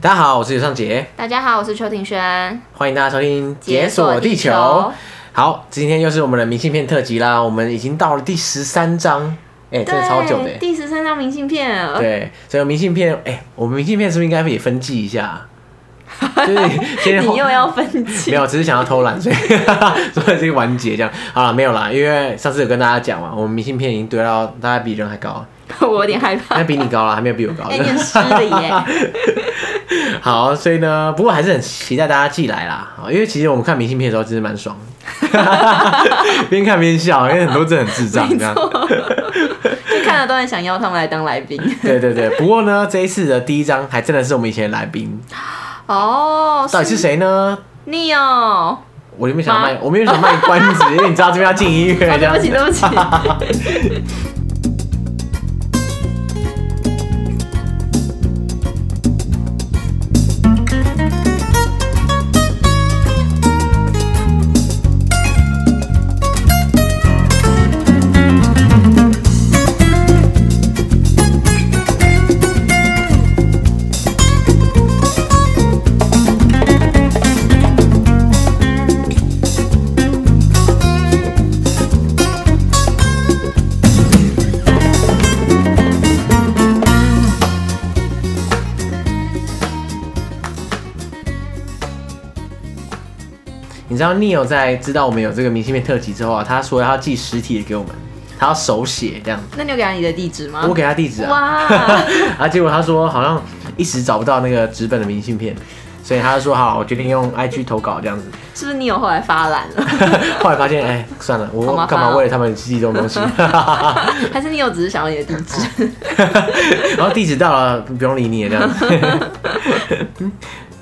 大家好，我是尤尚杰，大家好，我是邱庭轩。欢迎大家收听《解锁地球》。好，今天又是我们的明信片特辑啦，我们已经到了第十三章，哎、真的超久的、对第十三张明信片。对，所以明信片，哎、我们明信片是不是应该也分季一 下？就是今天你又要分 没期，有，只是想要偷懒，所以 所以这个完结这样。好了，没有啦，因为上次有跟大家讲嘛，我们明信片已经堆到大概比人还高， 我有点害怕但。比你高了，还没有比我高。哎，你很湿 的耶。好，所以呢，不过还是很期待大家寄来啦，哦好因为其实我们看明信片的时候，真的蛮爽 的，边看边笑，因为很多真的很智障这样。就看了都很想邀他们来当来宾。对对对，不过呢，这一次的第一张还真的是我们以前的来宾，哦，到底是谁呢？你哦？我原本想卖妈，我们原本想卖关 子，因为你知道这边要进音乐哦这对样不起，子。对不起。 你知道 Neil 在知道我们有这个明信片特辑之后啊，他说要寄实体的给我们，他要手写这样子。那你有给他你的地址吗？我给他地址啊，哇， 啊，结果他说好像一时找不到那个纸本的明信片，所以他就说好，我决定用 IG 投稿这样子。 是不是你有后来发懒了？ 后来发现，哎、算了，好我麻干烦哦嘛为了他们寄这种东西？ 还是你有只是想要你的地址？然后地址到了，不用理你了这样 子。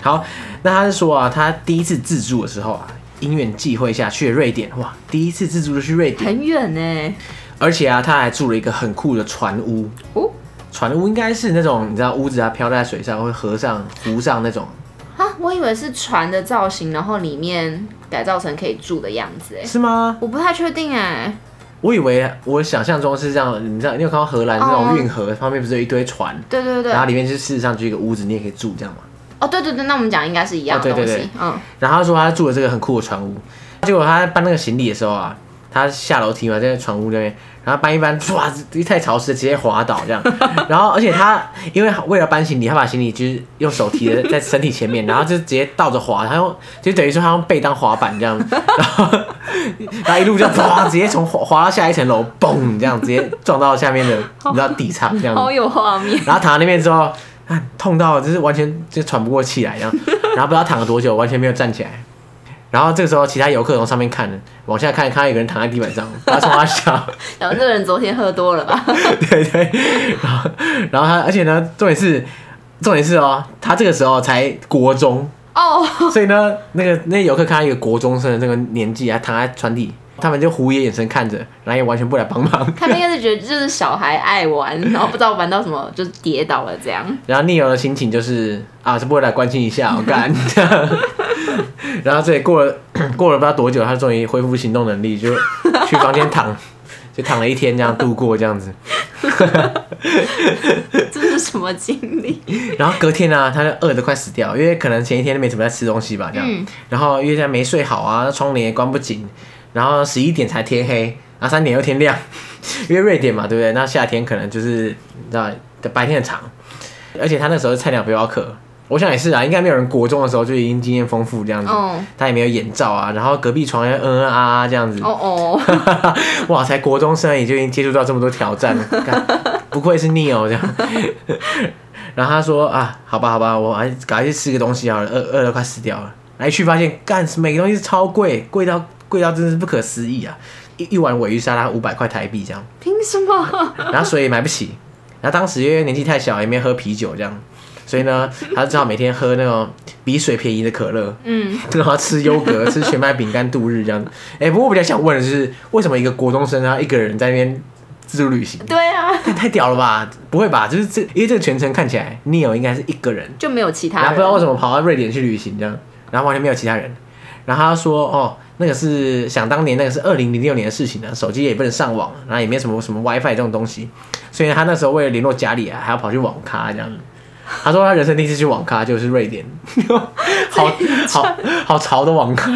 好，那他是说啊，他第一次自助的时候啊，因缘际会下去了瑞典，哇，第一次自助就去瑞典，很远呢。而且啊，他还住了一个很酷的船屋。哦，船屋应该是那种你知道屋子啊飘在水上或河上、湖上那种，啊，我以为是船的造型，然后里面改造成可以住的样子。哎，是吗？我不太确定哎。我以为我想象中是这样，你知道，你有看到荷兰那种哦运河旁边不是有一堆船，对对对然。后里面是事实上就一个屋子，你也可以住这样嘛。哦，对对对，那我们讲应该是一样的哦对东西。对嗯，然后他说他住的这个很酷的船屋，结果他搬那个行李的时候啊，他下楼梯嘛，在船屋那边，然后搬一搬，哇，太潮湿了，直接滑倒这样。 然后而且他因为为了搬行李，他把行李就是用手提的在身体前面，然后就直接倒着滑，他用就等于说他用背当滑板这样， 然后然后一路这样哇，直接从滑滑到下一层楼，嘣，这样直接撞到下面的你知道底舱这样子。好有画 面。然后躺在那边之后，啊，痛到就是完全就喘不过气来，这样，然后不知道躺了多久，完全没有站起来。然后这个时候，其他游客从上面看，往下看，看到有个人躺在地板上，他冲他笑， 然后这个人昨天喝多了吧？ 对对，然后然后他，而且呢，重点是，重点是哦，他这个时候才国中，哦，所以呢，那个那游客看到一个国中生的那个年纪啊，躺在船底，他们就狐疑的眼神看着，然后也完全不来帮忙。他们应该是觉得就是小孩爱玩，然后不知道玩到什么就跌倒了这样。然后逆友的心情就是啊，是不会来关心一下，我干。 然后这里过了过了不知道多久，他终于恢复行动能力，就去房间躺，就躺了一天这样度过这样子。这是什么经历？然后隔天呢、啊，他就饿得快死掉，因为可能前一天没怎么在吃东西吧，这样。嗯然后因为他没睡好啊，窗帘也关不紧，然后十一点才天黑，然后三点又天亮，因为瑞典嘛，对不对？那夏天可能就是你知道白天很长，而且他那时候是菜鸟背包客，我想也是啊，应该没有人国中的时候就已经经验丰富这样子，哦他也没有眼罩啊，然后隔壁床也嗯嗯啊啊这样子，哦哦， 哇，才国中生也就已经接触到这么多挑战了， 干不愧是 Neo 这样。 然后他说啊，好吧好吧，我还赶快去吃个东西好了，饿饿的快死掉了。来去发现，干每个东西超贵，贵到贵到真的是不可思议啊！一一碗尾鱼沙拉五百块台币这样，凭什么？然后所以买不起。然后当时因为年纪太小，也没喝啤酒这样，所以呢，他只好每天喝那种比水便宜的可乐。嗯， 然后吃优格、吃全麦饼干度日这样子。哎、不过我比较想问的是，为什么一个国中生他一个人在那边自助旅行？对啊，太太屌了吧？不会吧？就是这，因为这个全程看起来 Neo 应该是一个人，就没有其然他后人。不知道为什么跑到瑞典去旅行这样，然后完全没有其他人。然后他说：“哦，那个是想当年，那个是二零零六年的事情啊了，手机也不能上网，然后也没什么什么 WiFi 这种东西，所以他那时候为了联络家里啊，还要跑去网咖这样子。他说他人生第一次去网咖就是瑞 典，好好好潮的网咖。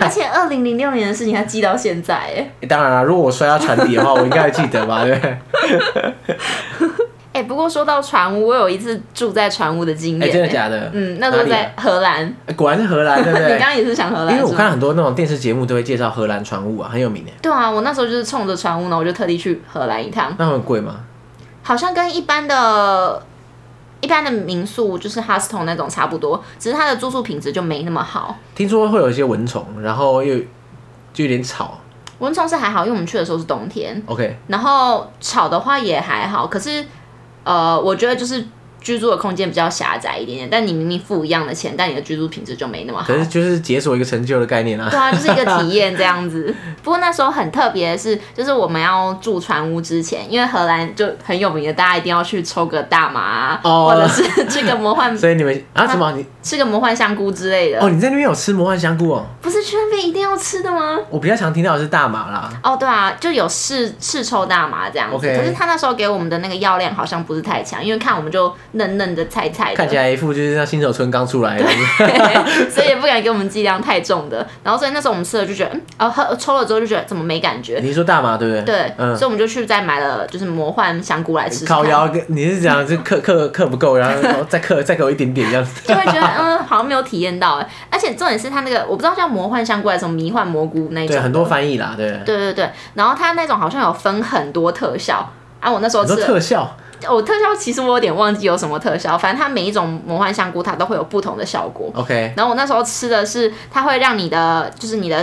而且二零零六年的事情他记到现在，哎、当然了、如果我摔到船底的话，我应该会记得吧？对不 对？哎、不过说到船屋，我有一次住在船屋的经哎、验、真的哎假的？嗯，那时候哪里啊在荷兰， 哎果然是荷兰，对不你对刚？刚也是想荷兰，因为我是吗看很多那种电视节目都会介绍荷兰船务啊，很有名的。对啊，我那时候就是冲着船屋呢，我就特地去荷兰一趟，那很贵吗？好像跟一般的、一般的民宿就是 hostel 那种差不多，只是它的住宿品质就没那么好。听说会有一些蚊虫，然后又就有点吵。蚊虫是还好，因为我们去的时候是冬天， OK，然后吵的话也还好，可是呃，我觉得就是居住的空间比较狭窄一点点，但你明明付一样的钱，但你的居住品质就没那么好可。是就是解锁一个成就的概念啊。啊对啊，就是一个体验这样子。不过那时候很特别的是，就是我们要住船屋之前，因为荷兰就很有名的，大家一定要去抽个大麻啊、哦或者是 吃个魔幻所以你们啊什么？你吃个魔幻香菇之类的。哦你在那边有吃魔幻香菇哦？不是去那边一定要吃的吗？我比较常听到的是大麻啦。哦，对啊，就有试试抽大麻这样子。 OK 可是他那时候给我们的那个药量好像不是太强，因为看我们就嫩嫩的、菜菜的，看起来一副就是像新手村刚出来的，所以也不敢给我们剂量太重的。然后所以那时候我们吃了就觉得，嗯，哦，喝抽了之后就觉得怎么没感觉， 你是说大麻对不对？对，嗯所以，我们就去再买了，就是魔幻香菇来吃吃看靠腰，你是讲是克克克不够，然后再克再给我一点点这样子。就会觉得嗯，好像没有体验到哎。而且重点是它那个，我不知道叫魔幻香菇还是什么迷幻蘑菇那一种对，的，很多翻译啦，对，对对对。然后它那种好像有分很多特效啊，我那时候很多吃了，特效。我特效其实我有点忘记有什么特效，反正它每一种魔幻香菇它都会有不同的效果。 OK，然后我那时候吃的是，它会让你的就是你的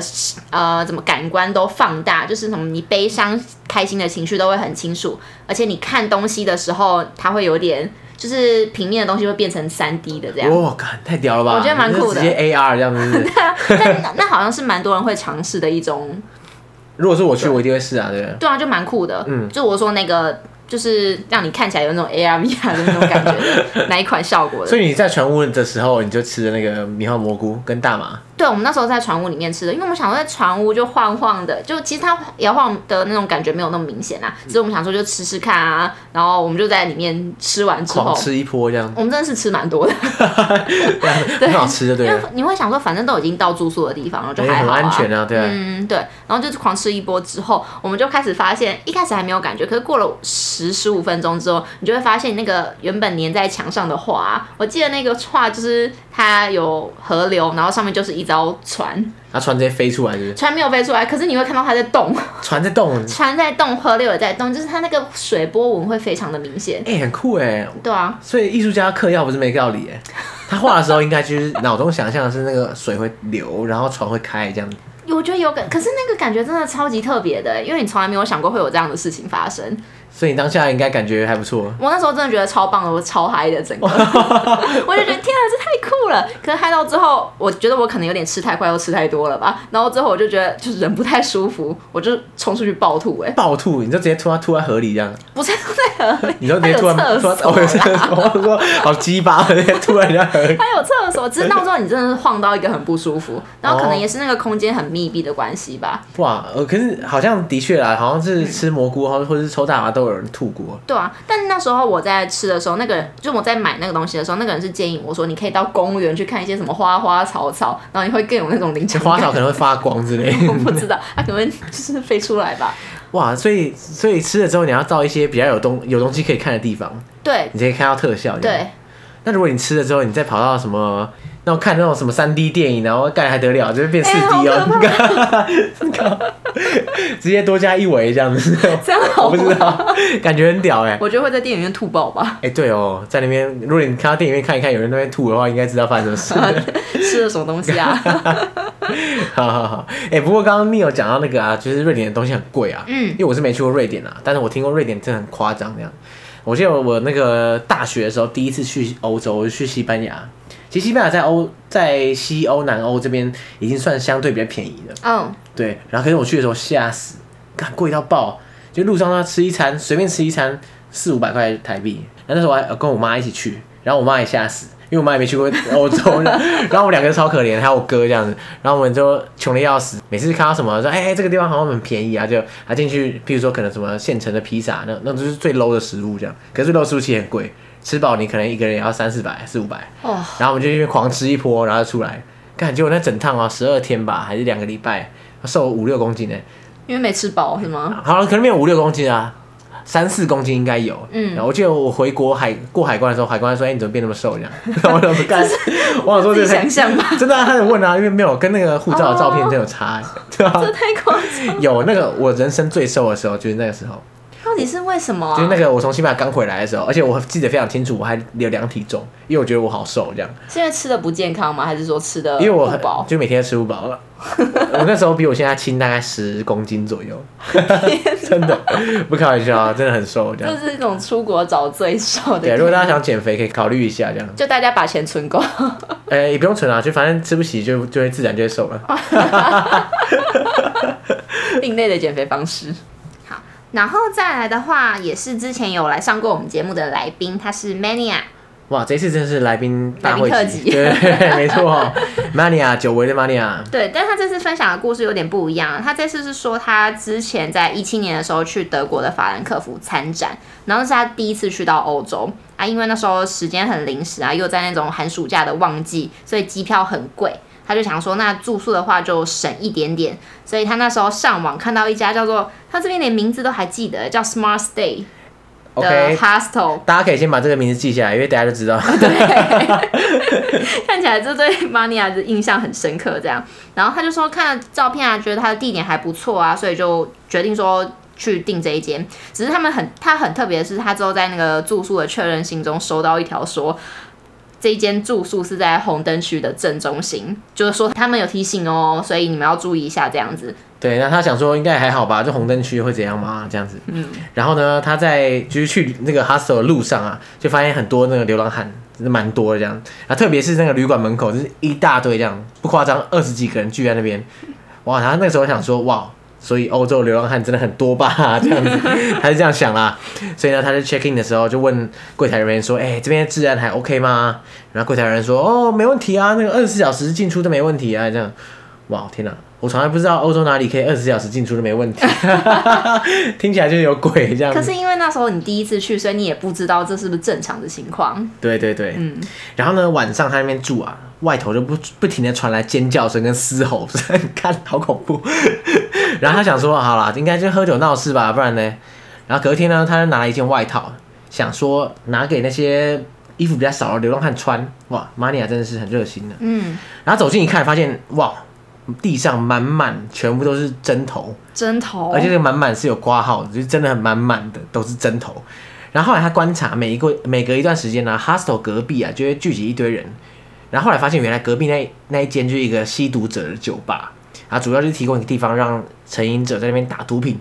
呃怎么感官都放大，就是什么你悲伤、开心的情绪都会很清楚，而且你看东西的时候，它会有点就是平面的东西会变成三 D 的这样。哇，干太屌了吧！我觉得蛮你就酷的直接 AR 这样子。 但那那好像是蛮多人会尝试的一种，如果是我去，我一定会试啊，对不对？对啊，就蛮酷的。嗯，就我说那个。就是让你看起来有那种 AR VR 的那种感觉的哪一款效果的？所以你在船屋的时候，你就吃了那个米花蘑菇跟大麻，对，我们那时候在船屋里面吃的，因为我们想说在船屋就晃晃的，就其实它摇晃的那种感觉没有那么明显啊，所以我们想说就吃吃看啊，然后我们就在里面吃完之后狂，吃一波这样，我们真的是吃蛮多的，很好吃就对因为了，你会想说反正都已经到住宿的地方了，就感觉还很好啊，安全啊，对啊。嗯，对，然后就是狂吃一波之后，我们就开始发现，一开始还没有感觉，可是过了十十五分钟之后，你就会发现那个原本粘在墙上的画，啊我记得那个画就是它有河流，然后上面就是一艘船，然后船直接飞出来，就是船没有飞出来，可是你会看到它在动， 船在动，船在动，河流也在动，就是它那个水波纹会非常的明显。哎，很酷哎。对啊，所以艺术家嗑药不是没道理哎，他画的时候应该就是脑中想象的是那个水会流，然后船会开这样。我觉得有感，可是那个感觉真的超级特别的，欸因为你从来没有想过会有这样的事情发生。所以你当下应该感觉还不错。我那时候真的觉得超棒的，我超嗨的，整个， 我就觉得天啊，这太酷了！可是嗨到之后，我觉得我可能有点吃太快，又吃太多了吧，然后之后我就觉得就是人不太舒服，我就冲出去暴吐、哎，暴吐，你就直接突然吐在河里这样，不是在河里，你就直接突然它有突厕然所哦，有厕啦所，我说好鸡巴，直接突然人家河里。它有厕所，只是到之后你真的是晃到一个很不舒哦服，然后可能也是那个空间很密闭的关系吧，哇，呃，可是好像的确啦，好像是吃蘑菇或或者是抽大麻都有人吐过。对啊。但那时候我在吃的时候，那个人就我在买那个东西的时候，那个人是建议我说，你可以到公园去看一些什么花花草草，然后你会更有那种临场感 花草可能会发光之类 的，我不知道，它可能就是飞出来吧。哇！所以所以吃了之后，你要到一些比较有东有东西可以看的地方，对你才可以看到特效。，对，那如果你吃了之后，你再跑到什么，那种看那种什么三 D 电影，然后干还得了，就是变四哎好 D 可哦，靠 直接多加一维这样子，这样 我好不吗知道，感觉很屌哎、我觉得会在电影院吐爆吧，哎、对哦，在那边，如果你看到电影院看一看，有人在那边吐的话，应该知道发生什么事。吃了什么东 西啊？好好好，哎、不过刚刚 Neil 讲到那个啊，就是瑞典的东西很贵啊，嗯因为我是没去过瑞典啊，但是我听过瑞典真的很夸张那样。我记得我那个大学的时候第一次去欧洲，我就去西班牙。其实西班牙在欧，在西欧、南欧这边已经算相对比较便宜的，嗯，对。然后可是我去的时候吓死，干贵到爆，就路上要吃一餐，随便吃一餐四五百块台币。然后那时候我还呃跟我妈一起去，然后我妈也吓死，因为我妈也没去过欧洲， 然后我们两个超可怜，还有我哥这样子，然后我们就穷的要死。每次看到什么说，哎、哎，这个地方好像很便宜啊，就还进去，譬如说可能什么现成的披萨，那那就是最 low 的食物这样，可是最 low 的食物其实很贵。吃饱你可能一个人也要三四百、四五百，哦哇，然后我们就去狂吃一波，然后出来，感觉我那整趟啊，十二天吧，还是两个礼拜，瘦了五六公斤呢、因为没吃饱是吗？好了，可能没有五六公斤啊，三四公斤应该有。嗯然后我记得我回国海过海关的时候，海关说：“哎、你怎么变那么瘦？”这样， 然后我想说 干，我想说自这己太想象 吧，真的、啊，他有问啊，因为没有跟那个护照的照片真有差、哦欸，对啊，这太夸张，有那个我人生最瘦的时候就是那个时候，到底是为什么、就是啊？那个我从西班牙刚回来的时候，而且我记得非常清楚，我还有量体重，因为我觉得我好瘦这样，是因为吃的不健康吗？还是说吃的因为我呃不很饱？就每天吃不饱了。 我那时候比我现在轻大概十公斤左右，真的不开玩笑啊，真的很瘦这样这。是一种出国找罪受的对，感觉。如果大家想减肥，可以考虑一下这样。就大家把钱存够， 呃、也不用存啊，就反正吃不起就就会自然就会瘦哦了。另类的减肥方式。好，然后再来的话，也是之前有来上过我们节目的来宾，他是 Mania，哇，这次真是来宾大会来宾特辑对， 没错，Mania 久违的 Mania，对，但他这次分享的故事有点不一样。他这次是说他之前在一七年的时候去德国的法兰克福参展，然后是他第一次去到欧洲啊，因为那时候时间很临时啊，又在那种寒暑假的旺季，所以机票很贵。他就想说，那住宿的话就省一点点，所以他那时候上网看到一家叫做他这边连名字都还记得，叫 Smart Stay 的 OK hostel，、大家可以先把这个名字记下来，因为等下就知道。看起来这对 Mania 的印象很深刻，这样。然后他就说看了照片啊，觉得他的地点还不错啊，所以就决定说去订这一间。只是他们很他很特别的是，他之后在那个住宿的确认信中收到一条说。这一间住宿是在红灯区的正中心，就是说他们有提醒哦，所以你们要注意一下这样子。对，那他想说应该还好吧，就红灯区会怎样嘛，这样子。嗯。然后呢，他在就是去那个 hostel 的路上啊，就发现很多那个流浪汉，真的蛮多的这样。啊，特别是那个旅馆门口，就是一大堆这样，不夸张，二十几个人聚在那边。哇，他那时候想说，哇，所以欧洲流浪汉真的很多吧，这样子，他是这样想啦。所以呢，他在 check in 的时候就问柜台人员说，哎、这边治安还 OK 吗？然后柜台人员说，哦，没问题啊，那个二十四小时进出都没问题啊，这样。哇，天哪！我从来不知道欧洲哪里可以二十四小时进出都没问题， 听起来就是有鬼这样可子。是因为那时候你第一次去，所以你也不知道这是不是正常的情况。对对对，然后呢，晚上他那边住啊，外头就不不停的传来尖叫声跟嘶吼 声，看好恐怖。然后他想说，好啦，应该就喝酒闹事吧，不然呢？然后隔天呢，他就拿了一件外套，想说拿给那些衣服比较少的流浪汉穿。哇，玛尼亚真的是很热心的。嗯，然后走近一看，发现哇，地上满满全部都是针头。针头，而且这个满满是有挂号的，就是真的很满满的都是针头。然后后来他观察，每一个每隔一段时间呢、h o s t e l 隔壁啊就会聚集一堆人。然后后来发现，原来隔壁那那一间就是一个吸毒者的酒吧，啊，主要就是提供一个地方让成瘾者在那边打毒品。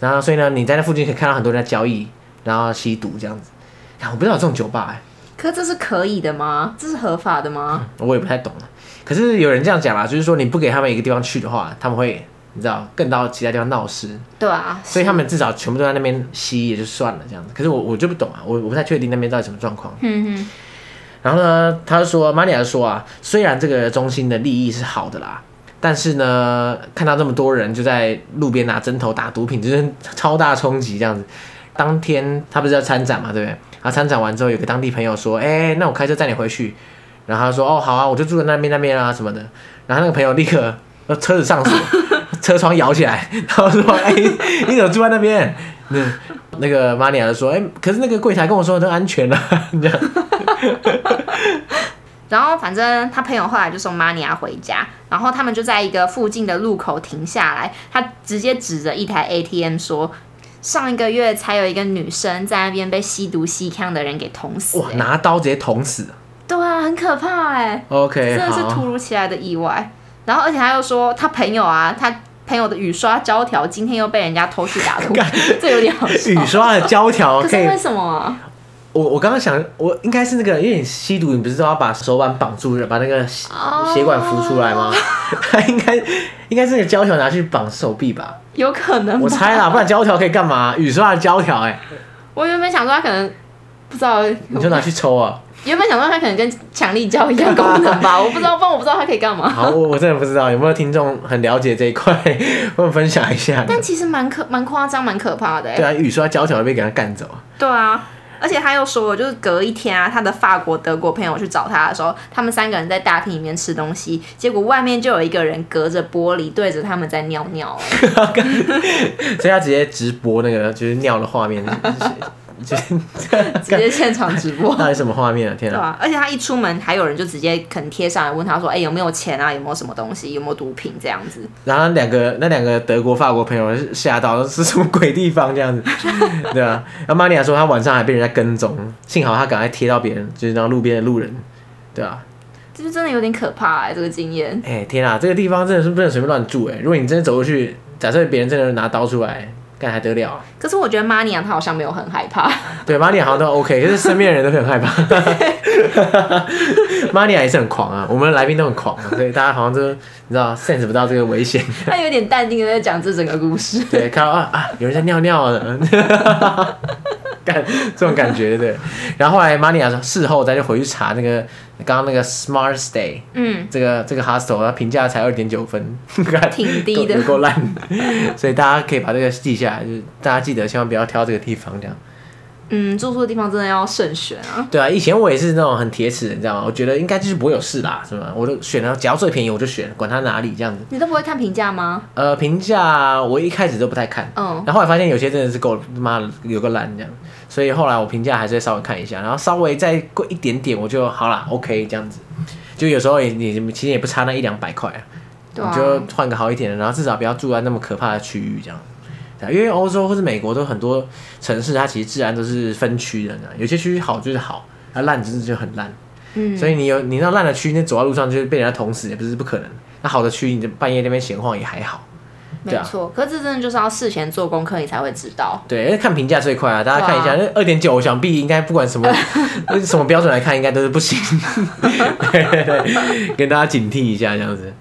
然后所以呢，你在那附近可以看到很多人在交易，然后吸毒这样子。啊，我不知道有这种酒吧、欸，可这是可以的吗？这是合法的吗？我也不太懂。可是有人这样讲啦，就是说你不给他们一个地方去的话，他们会你知道更到其他地方闹事。对啊，所以他们至少全部都在那边吸也就算了这样子。可是我我就不懂啊，我我不太确定那边到底什么状况。嗯哼，然后呢，他就说玛利亚就说啊，虽然这个中心的利益是好的啦，但是呢，看到这么多人就在路边拿针头打毒品，就是 超大冲击这样子。当天他不是要参展嘛，对不对？啊，参展完之后，有个当地朋友说，哎、那我开车载你回去。然后他说，哦，好啊，我就住在那边那边啊什么的。然后那个朋友立刻呃车子上锁， 车窗摇起来，然后说， 哎、你怎么住在那边？那那个玛利亚就说，哎、可是那个柜台跟我说都安全啊，这样。然后反正他朋友后来就送玛尼亚回家，然后他们就在一个附近的路口停下来，他直接指着一台 ATM 说。上一个月才有一个女生在那边被吸毒吸康的人给捅死、哇，欸，拿刀直接捅死。对啊，很可怕哎、 OK，真的是好。突如其来的意外。然后而且他又说他朋友啊，他朋友的雨刷胶条今天又被人家偷去打毒， 这有点好笑。雨刷的胶条可是可以，为什么啊、我我刚刚想，我应该是那个，因为你吸毒，你不是都要把手腕绑住，把那个血哦血管扶出 来吗？他应该应该是那个胶条拿去绑手臂吧？有可能吧我猜啦，不然胶条可以干嘛？雨刷的胶条，哎，我原本想说他可能不知道，你就拿去抽啊？原本想说他可能跟强力胶一样功能吧，我不知道，不然我不知道它可以干嘛。好，我我真的不知道有没有听众很了解这一块，我分享一下。啊但其实蛮可蛮夸张、蛮可怕的、欸。对啊，雨刷胶条会被给他干走。对啊，而且他又说，就是隔一天啊，他的法国、德国朋友去找他的时候，他们三个人在大厅里面吃东西，结果外面就有一个人隔着玻璃对着他们在尿尿、欸所以他直接直播那个就是尿的画面，就是直接现场直 播。到底什么画面啊？天对啊！啊，而且他一出门，还有人就直接可能贴上来问他说：“哎、有没有钱啊？有没有什么东西？有没有毒品？”这样子，然后两个那两个德国、法国朋友吓到，是什么鬼地方这样子？对啊。然后玛利亚说她晚上还被人家跟踪，幸好她赶快贴到别人，就是让路边的路人。对啊，这就真的有点可怕、欸、这个经验。哎、天啊，这个地方真的是不能随便乱住哎、如果你真的走过去，假设别人真的拿刀出来，干还得了啊、可是我觉得玛尼亚他好像没有很害怕，对，玛利亚好像都 OK，可是身边的人都很害怕。玛利亚也是很狂啊，我们的来宾都很狂、啊，所以大家好像都你知道 sense 不到这个危险。 他有点淡定的在讲这整个故事。对，看到啊啊，有人在尿尿了， 感这种感觉对。然后后来玛利亚事后再就回去查那个刚刚那个 Smart Stay 嗯，这个这个 hostel，它评价才二点九分， 挺低的够够烂。所以大家可以把这个记下来，就是大家记得千万不要挑这个地方这样。嗯，住宿的地方真的要慎选啊。对啊，以前我也是那种很铁齿的，你知道吗？我觉得应该就是不会有事啦，是吗？我都选了，只要最便宜我就选，管它哪里这样子。你都不会看评价吗？呃，评价我一开始都不太看，嗯然后后来发现有些真的是够妈的有个烂这样，所以后来我评价还是会稍微看一下，然后稍微再贵一点点我就好啦 o、k 这样子。就有时候也你其实也不差那一两百块啊，对啊你就换个好一点的，然后至少不要住在那么可怕的区域这样。对啊因为欧洲或者美国都很多城市，它其实治安都是分区的，你知道有些区域好就是好，它烂就是就很烂。嗯，所以你有你那烂的区，你走在路上就是被人家捅死也不是不可能。那好的区，你就半夜那边闲晃也还好。对没啊错。可是这真的就是要事前做功课，你才会知道。对，因为看评价最快啊，大家看一下，对那二点九，我想必应该不管什么 什么标准来看，应该都是不行。 对对对，跟大家警惕一下这样子。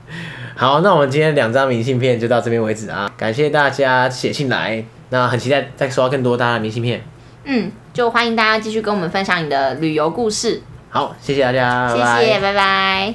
好，那我们今天两张明信片就到这边为止啊，感谢大家写信来，那很期待再收到更多大家的明信片。嗯，就欢迎大家继续跟我们分享你的旅游故事。好，谢谢大家，拜拜谢谢，拜拜